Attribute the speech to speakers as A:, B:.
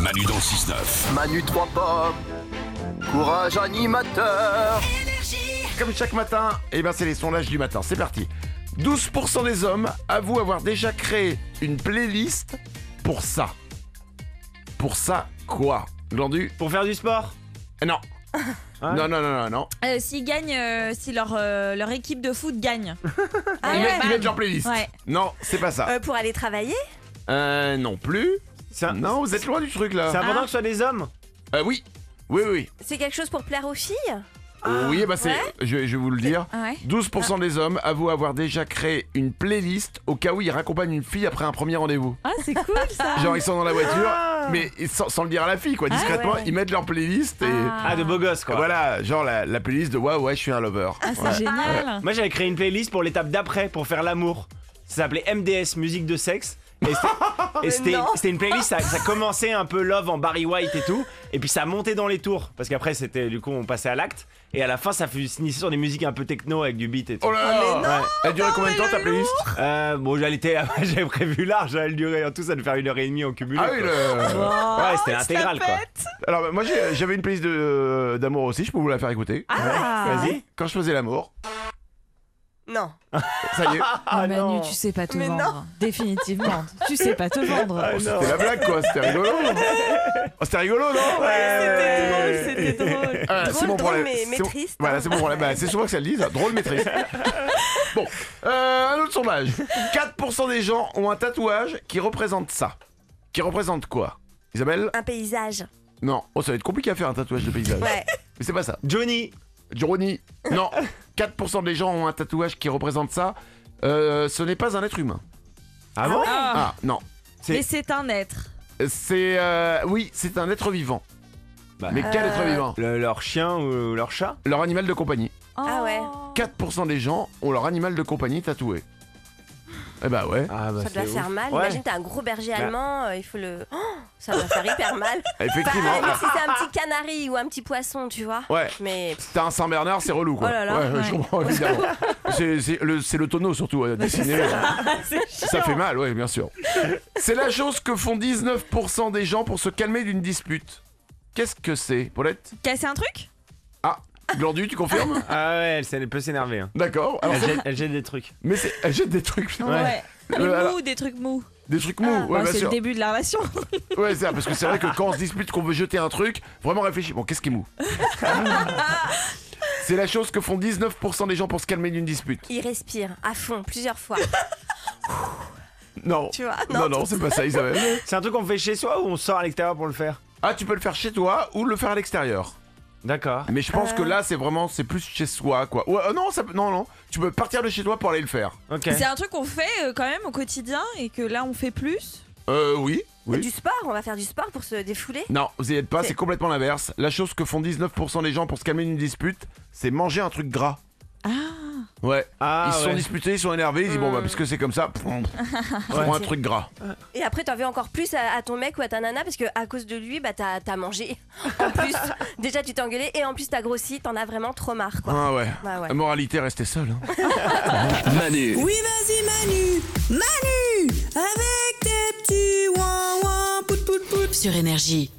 A: Manu dans le 6-9.
B: Manu trois pommes, courage animateur.
C: Comme chaque matin, eh ben c'est les sondages du matin. C'est parti. 12% des hommes avouent avoir déjà créé une playlist pour ça. Pour ça quoi Glandu
D: Pour faire du sport
C: Eh Non.
D: Ah ouais.
C: Non, non, non, non, non.
E: Euh, S'ils gagnent, euh, si leur, euh, leur équipe de foot gagne. Ah
C: ils,
E: ouais,
C: mettent, ils
E: bah,
C: mettent leur playlist.
E: Ouais.
C: Non, c'est pas ça.
F: Euh, pour aller travailler
C: Euh, non plus.
D: C'est un-
C: Non, vous êtes loin du truc là.
D: C'est important
E: Ah.
D: que ce soit des hommes
C: Euh, oui. Oui, oui.
F: C'est quelque chose pour plaire aux filles
C: oui, eh ben c'est.
F: ouais.
C: Je, vais- je vais vous le dire.
E: Ah ouais.
C: 12% des hommes avouent avoir déjà créé une playlist au cas où ils raccompagnent une fille après un premier rendez-vous.
E: Ah, c'est cool ça.
C: Genre ils sont dans la voiture, mais sans, sans le dire à la fille quoi,
E: Ah,
C: discrètement
F: ouais.
C: ils mettent leur playlist et
D: Ah, de beaux gosses quoi.
C: voilà, genre la, la playlist de ouais ouais je suis un lover.
E: Ah, c'est
C: Ouais.
E: génial.
D: Moi j'avais créé une playlist pour l'étape d'après, pour faire l'amour. Ça s'appelait MDS, musique de sexe. Et c'était- Et c'était
F: non.
D: c'était une playlist, ça, ça commençait un peu love en Barry White et tout. Et puis ça montait dans les tours. Parce qu'après, c'était du coup, on passait à l'acte. Et à la fin, ça finissait sur des musiques un peu techno avec du beat et tout.
C: Oh là là
D: mais non,
C: Elle durait combien de temps ta playlist
D: Euh, bon, j'allais t'es- j'avais prévu large, hein, j'allais durer en tout ça de faire une heure et demie en cumulé.
C: Ah oui
D: quoi.
C: le...
D: Ouais, c'était l'intégral quoi.
C: Alors bah, moi j'ai- j'avais une playlist de, euh, d'amour aussi, je peux vous la faire écouter.
F: Ah,
C: Vas-y. Quand je faisais l'amour,
F: Non.
C: ça y est,
D: Ah
E: Manu,
D: non.
E: tu sais pas te
F: Mais
E: vendre. Définitivement. tu sais pas te vendre.
D: Ah, non.
C: c'était la blague quoi, c'était rigolo. Oh, c'était rigolo non
D: Ouais, ouais, ouais.
E: C'était drôle.
C: Ah,
F: Drôle,
C: c'est mon
F: drôle,
C: problème.
F: mais- mais
C: C'est mon-
F: triste,
C: Voilà,
F: hein.
C: c'est mon problème. Bah, c'est souvent que ça le dise. Drôle mais triste. bon, euh, un autre sondage. 4% des gens ont un tatouage qui représente ça. Qui représente quoi Isabelle
F: Un paysage.
C: Non. Oh, ça va être compliqué à faire un tatouage de paysage.
F: Ouais.
C: Mais c'est pas ça.
D: Johnny,
C: Johnny Non. 4% des gens ont un tatouage qui représente ça. Euh, ce n'est pas un être humain.
D: Ah bon
E: Ah.
C: Ah, non.
D: c'est-
E: Mais c'est un être.
C: C'est. euh, oui, c'est un être vivant.
D: Bah,
C: Mais quel
F: Euh.
C: être vivant
D: Le- leur chien ou leur chat
C: Leur animal de compagnie.
F: Ah ouais.
C: 4% des gens ont leur animal de compagnie tatoué. Eh bah ouais.
D: Ah bah
F: Ça doit
D: c'est
F: faire
D: ouf.
F: mal.
D: Ouais.
F: Imagine, t'as un gros
C: Bah.
F: berger allemand, euh, il faut le. Oh, ça doit faire hyper mal. Enfin,
C: Effectivement.
F: même si c'est un petit canari ou un petit poisson, tu vois.
C: Ouais.
F: Mais.
C: Si T'as un Saint-Bernard, c'est relou quoi.
E: Oh là là,
C: ouais,
E: ouais.
C: je comprends évidemment. c'est, c'est le, c'est le tonneau surtout à dessiner. euh. Ça fait mal, ouais, bien sûr. C'est la chose que font 19% des gens pour se calmer d'une dispute. Qu'est-ce que c'est, Paulette Ah,
E: Casser un truc
C: Glandu, tu confirmes
D: Ah ouais, elle, s'est- elle peut s'énerver. hein.
C: D'accord. Alors,
D: Elle, jette, elle jette des trucs.
C: mais c'est, elle jette des trucs, putain.
D: Ouais.
E: Des
C: Euh, alors-
E: mous, des trucs mous.
C: des trucs mous. ouais,
E: Bah,
C: bien
E: c'est le
C: sûr.
E: début de la relation.
C: Ouais, c'est ça, parce que c'est vrai que quand on se dispute qu'on veut jeter un truc, vraiment réfléchis. Bon, qu'est-ce qui est mou C'est la chose que font 19% des gens pour se calmer d'une dispute.
F: Il respire à fond plusieurs fois.
C: Non.
F: Tu vois
C: Non, non, c'est pas ça, Isabelle.
D: C'est un truc qu'on fait chez soi ou on sort à l'extérieur pour le faire
C: Ah, tu peux le faire chez toi ou le faire à l'extérieur.
D: D'accord.
C: Mais je pense que là, c'est vraiment, c'est plus chez soi, quoi. Ouais, euh, non, ça, peut- non, non, tu peux partir de chez toi pour aller le faire.
D: Ok.
E: C'est un truc qu'on fait euh, quand même au quotidien et que là on fait plus.
C: Euh, oui. Oui.
F: Du sport, on va faire du sport pour se défouler.
C: Non, vous y êtes pas, c'est
F: C'est-
C: complètement l'inverse. La chose que font 19% des gens pour se calmer d'une dispute, c'est manger un truc gras. Ouais.
D: Ah
C: ils se sont
D: ouais. Hmm.
C: disputés, ils sont énervés, ils disent, bon, bah, puisque c'est comme ça, pff, on prend un truc gras.
F: Et après, t'en veux encore plus à, à ton mec ou à ta nana parce que à cause de lui, bah t'as t'as mangé. En plus, déjà tu t'es engueulé et en plus t'as grossi, t'en as vraiment trop marre quoi.
C: Ah ouais.
F: Bah ouais.
C: La moralité, restez seul. hein.
A: Manu,
G: Oui, vas-y, Manu. Manu, avec tes petits ouin ouin, pout pout pout sur énergie.